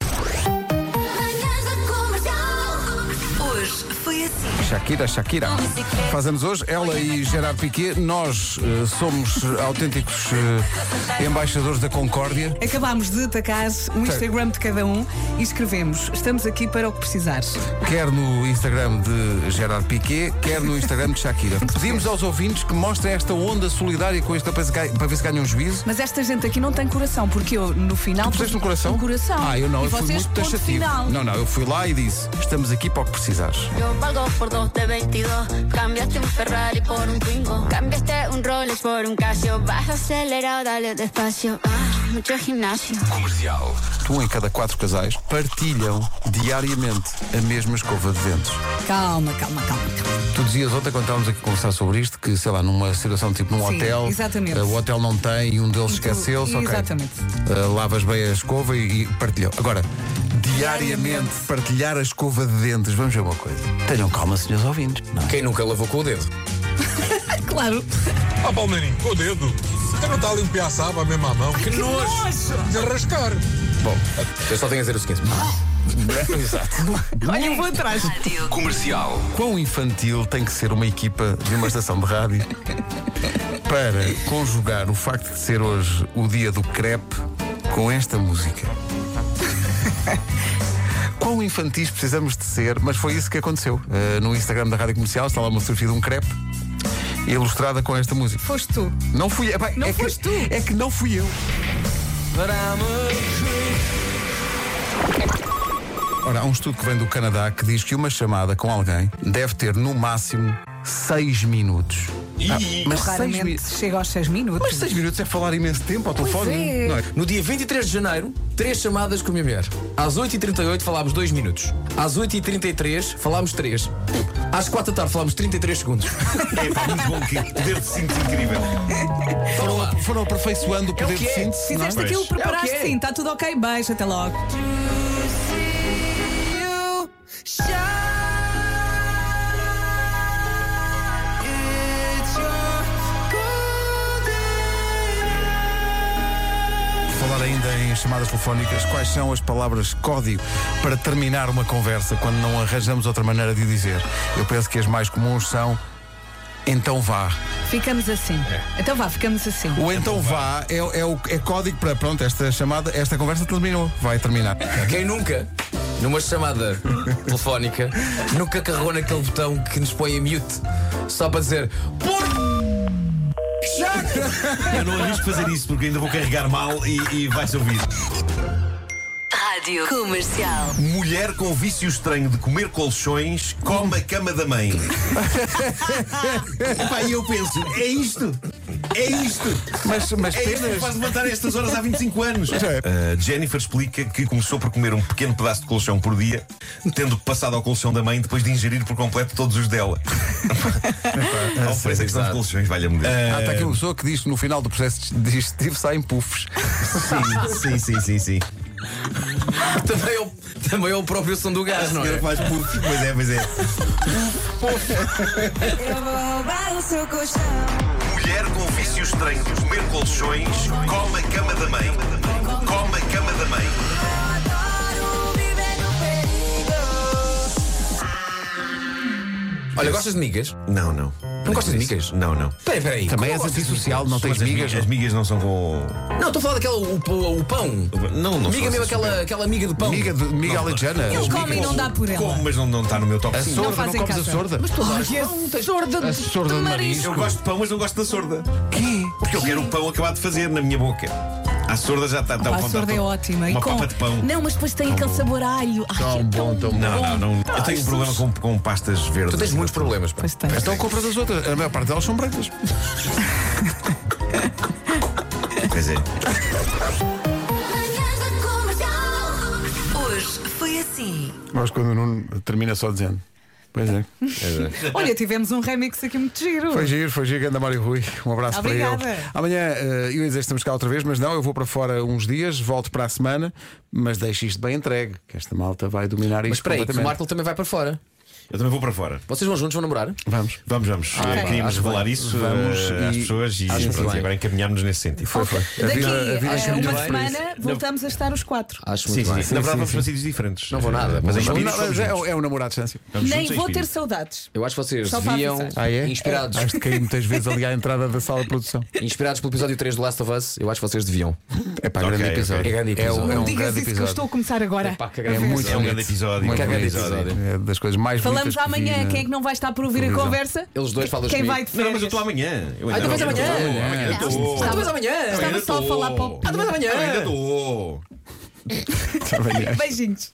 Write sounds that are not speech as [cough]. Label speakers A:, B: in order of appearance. A: assim.
B: Shakira, Shakira. Faz anos hoje, ela e Gerard Piquet, nós eh, somos autênticos eh, embaixadores da concórdia.
C: Acabámos de atacar o Instagram de cada um e escrevemos: Estamos aqui para o que precisares.
B: Quer no Instagram de Gerard Piquet, quer no Instagram de Shakira. Pedimos aos ouvintes que mostrem esta onda solidária com este rapaz ga- para ver se ganha um juízo.
C: Mas esta gente aqui não tem coração, porque eu, no final.
B: Tu puseste no
C: pus
B: coração?
C: Um coração.
B: Ah, eu não,
C: E
B: eu fui
C: vocês,
B: muito
C: ponto
B: taxativo.
C: final.
B: Não, não, eu fui lá e disse: estamos aqui para o que precisares.
D: Yo valgo por dos de 22. Cambiaste un Ferrari por un Twingo. Cambiaste un Rolex por un Casio. Vas acelerado, dale despacio. Ah, mucho gimnasio.
B: Tu em cada quatro casais partilham diariamente a mesma escova de dentes.
C: Calma, calma, calma, calma.
B: Tu dizias ontem, quando estávamos aqui a conversar sobre isto, que sei lá, numa situação tipo num
C: Sim,
B: hotel,
C: exatamente.
B: eh, o hotel não tem e um deles
C: E tu-
B: esqueceu-se, ok.
C: exatamente.
B: Eh, lavas bem a escova e, e partilhou. Agora, diariamente partilhar a escova de dentes, vamos ver uma coisa. Tenham calma, senhores ouvintes. Não. é?
E: Quem nunca lavou com o dedo?
C: Claro.
F: Ah, Palmeirinho, com o dedo. Você não está ali um piaçaba, a mesma mão. Que
C: nojo!
F: de rascar.
E: Bom, eu só tenho a dizer o seguinte. Exato.
C: Olha, eu vou atrás.
B: Quão infantil tem que ser uma equipa de uma estação de rádio para conjugar o facto de ser hoje o dia do crepe com esta música? Quão infantis precisamos de ser, mas foi isso que aconteceu. Eh, no Instagram da Rádio Comercial está lá uma fotografia de um crepe ilustrada com esta música.
C: [laughs] Foste tu.
B: Não fui epá,
C: Não
B: é que,
C: foste tu.
B: É que não fui eu. Ora, há um estudo que vem do Canadá que diz que uma chamada com alguém deve ter no máximo 6 minutos. Ah, mas 6
C: Raramente
B: minutos.
C: chega aos 6 minutos.
B: Mas 6 minutos é falar imenso tempo ao telefone.
C: é.
B: Não é?
E: No dia 23 de janeiro, três chamadas com a minha mulher. Às 8h38 falámos 2 minutos. Às 8h33 falámos 3. Às 4 da tarde falámos 33 segundos.
G: É pá, muito bom que poder de síntese
C: [laughs]
G: incrível.
E: Vamos lá.
B: Foram aperfeiçoando o poder
E: que
B: de
E: é.
B: síntese. não é?
C: Fizeste um aquilo, preparaste
E: É o quê?
C: sim, está tudo ok, beijo, até logo.
B: Falar ainda em chamadas telefónicas, quais são as palavras código para terminar uma conversa quando não arranjamos outra maneira de dizer? Eu penso que as mais comuns são então vá.
C: Ficamos assim.
B: É.
C: Então vá, ficamos assim.
B: O então vá é, é o, é código para pronto, esta chamada, esta conversa terminou. Vai terminar.
E: Quem nunca, numa chamada telefónica, nunca carregou naquele botão que nos põe a mute só para dizer por
G: Eu não arrisco fazer isso porque ainda vou carregar mal e, e vai-se ouvir.
A: Rádio Comercial.
G: Mulher com vício estranho de comer colchões come a cama da mãe. [laughs] Epá, e eu penso, é isto? É isto?
B: Mas, mas
G: É isto que me
B: penas.
G: faz levantar a estas horas há 25 anos. A Ah, Jennifer explica que começou por comer um pequeno pedaço de colchão por dia, tendo passado ao colchão da mãe depois de ingerir por completo todos os [laughs] dela. Ao preço da questão de colchões, valha-me Deus.
B: Ah, está aqui uma pessoa que diz que no final do processo digestivo saem puffs.
G: Ah, Sim, sim, sim, sim, sim.
E: também é o, também é o próprio som do gás, não é?
G: Senhora faz puff, pois é, pois é. Mulher com vício estranho de comer colchões, come a cama da mãe. Come a cama da mãe.
E: Olha, gostas de migas?
G: Não, não.
E: Não gostas de migas?
G: Não, não.
E: Peraí, peraí.
B: Também é assim. és
E: como gostas de
B: antissocial, não tens
G: Mas as
B: assim? migas.
G: migas, as migas não são com.
E: migas? Não, estou a falar daquela, o, o- o pão.
G: Não, não
E: Miga
G: são
E: mesmo,
G: assim
E: aquela, aquela miga de pão.
B: Miga de miga alejana.
C: Ele come e não dá por
G: Como,
C: ela.
G: mas não, não está no meu top
B: A
G: 5.
C: Não
B: sorda, não
C: fazem
B: comes a
C: casa.
B: sorda.
E: Mas tu adoras pão, tens-
C: Sorda
B: A sorda Um de marisco.
G: Eu gosto de pão, mas não gosto da sorda.
B: Quê?
G: Porque eu quero o pão acabado de fazer na minha boca. A sorda já está. está o
C: A
G: pão está
C: sorda é
G: todo-
C: ótima.
G: Uma
C: e com...
G: papa de pão.
C: Não, mas depois tem aquele sabor a alho. Ai,
B: Tão
C: é
B: bom, tão bom.
G: Não, não, não. Eu tenho um problema com, com pastas verdes.
E: Tu tens muitos problemas. pá.
C: Pois tem.
B: Então compras as outras. A maior parte delas são brancas.
G: Pois é.
D: Mañana comercial.
A: Hoje foi assim.
B: Mas quando o Nuno termina só dizendo. Pois é.
C: Olha, tivemos um remix aqui muito giro.
B: Foi giro, foi giro, anda Mário Rui. Um abraço para
C: Obrigada.
B: ele. Amanhã eh, eu ia dizer que estamos cá outra vez, mas não, eu vou para fora uns dias, volto para a semana, mas deixo isto bem entregue, que esta malta vai dominar
E: Mas
B: isto.
E: espera aí, que o
B: completamente.
E: Marco também vai para fora.
G: Eu também vou para fora.
E: Vocês vão juntos, vão namorar?
B: Vamos.
G: Vamos, vamos.
C: Ok.
G: Eh, Queríamos
E: Acho
G: revelar
E: bem.
G: isso
B: Vamos
G: eh, às
B: e-
G: pessoas e,
E: Acho
G: pronto,
E: bem.
G: e agora encaminhamos nesse sentido.
B: Foi, foi. A
C: Daqui
B: vida- a vida é
C: a
B: chama-lhe
C: uma
B: para isso.
C: semana voltamos a estar os quatro.
E: Acho
G: Sim,
E: muito
G: sim,
E: bem.
G: sim. Na verdade, vamos para sítios diferentes.
E: Não vou nada,
G: Eh, Mas
E: vou
G: em
E: nada.
B: Não,
G: espírito
B: mas
G: somos
B: é,
G: juntos.
B: é um namoro à distância.
G: Vamos
C: Nem
G: juntos em
C: vou ter
G: espírito.
C: saudades.
E: Eu acho que vocês
C: Só para
E: deviam,
G: Ah,
C: avisar.
G: é?
E: inspirados,
B: Acho que caí muitas vezes ali à entrada da sala de produção.
E: inspirados pelo episódio 3 do Last of Us, eu acho que vocês deviam.
B: É pá,
G: Ok,
B: grande
G: ok.
B: episódio.
E: É grande
B: um,
E: episódio.
B: é um
C: Não digas
B: grande
C: isso que eu
B: episódio.
C: estou a começar agora.
E: Epá, que
C: A
E: grande
C: ver.
E: episódio.
G: É um grande episódio.
B: Muito
G: um grande
B: bonito.
G: episódio.
B: É das coisas mais
C: Falamos
B: bonitas que vi
C: amanhã.
B: na-
C: Quem é que não vai estar para ouvir a
B: televisão.
C: conversa?
E: Eles dois falam
C: Quem vai de
G: Não, mas
C: férias?
G: eu estou amanhã. Eu
E: Ah, tu vais
G: eu
E: amanhã?
G: estou.
E: Amanhã.
G: eu estou.
C: Estava-
E: Mas amanhã!
C: Estava só a falar para o
E: Ah, tu vais amanhã!
G: Eu ainda estou.
C: Beijinhos.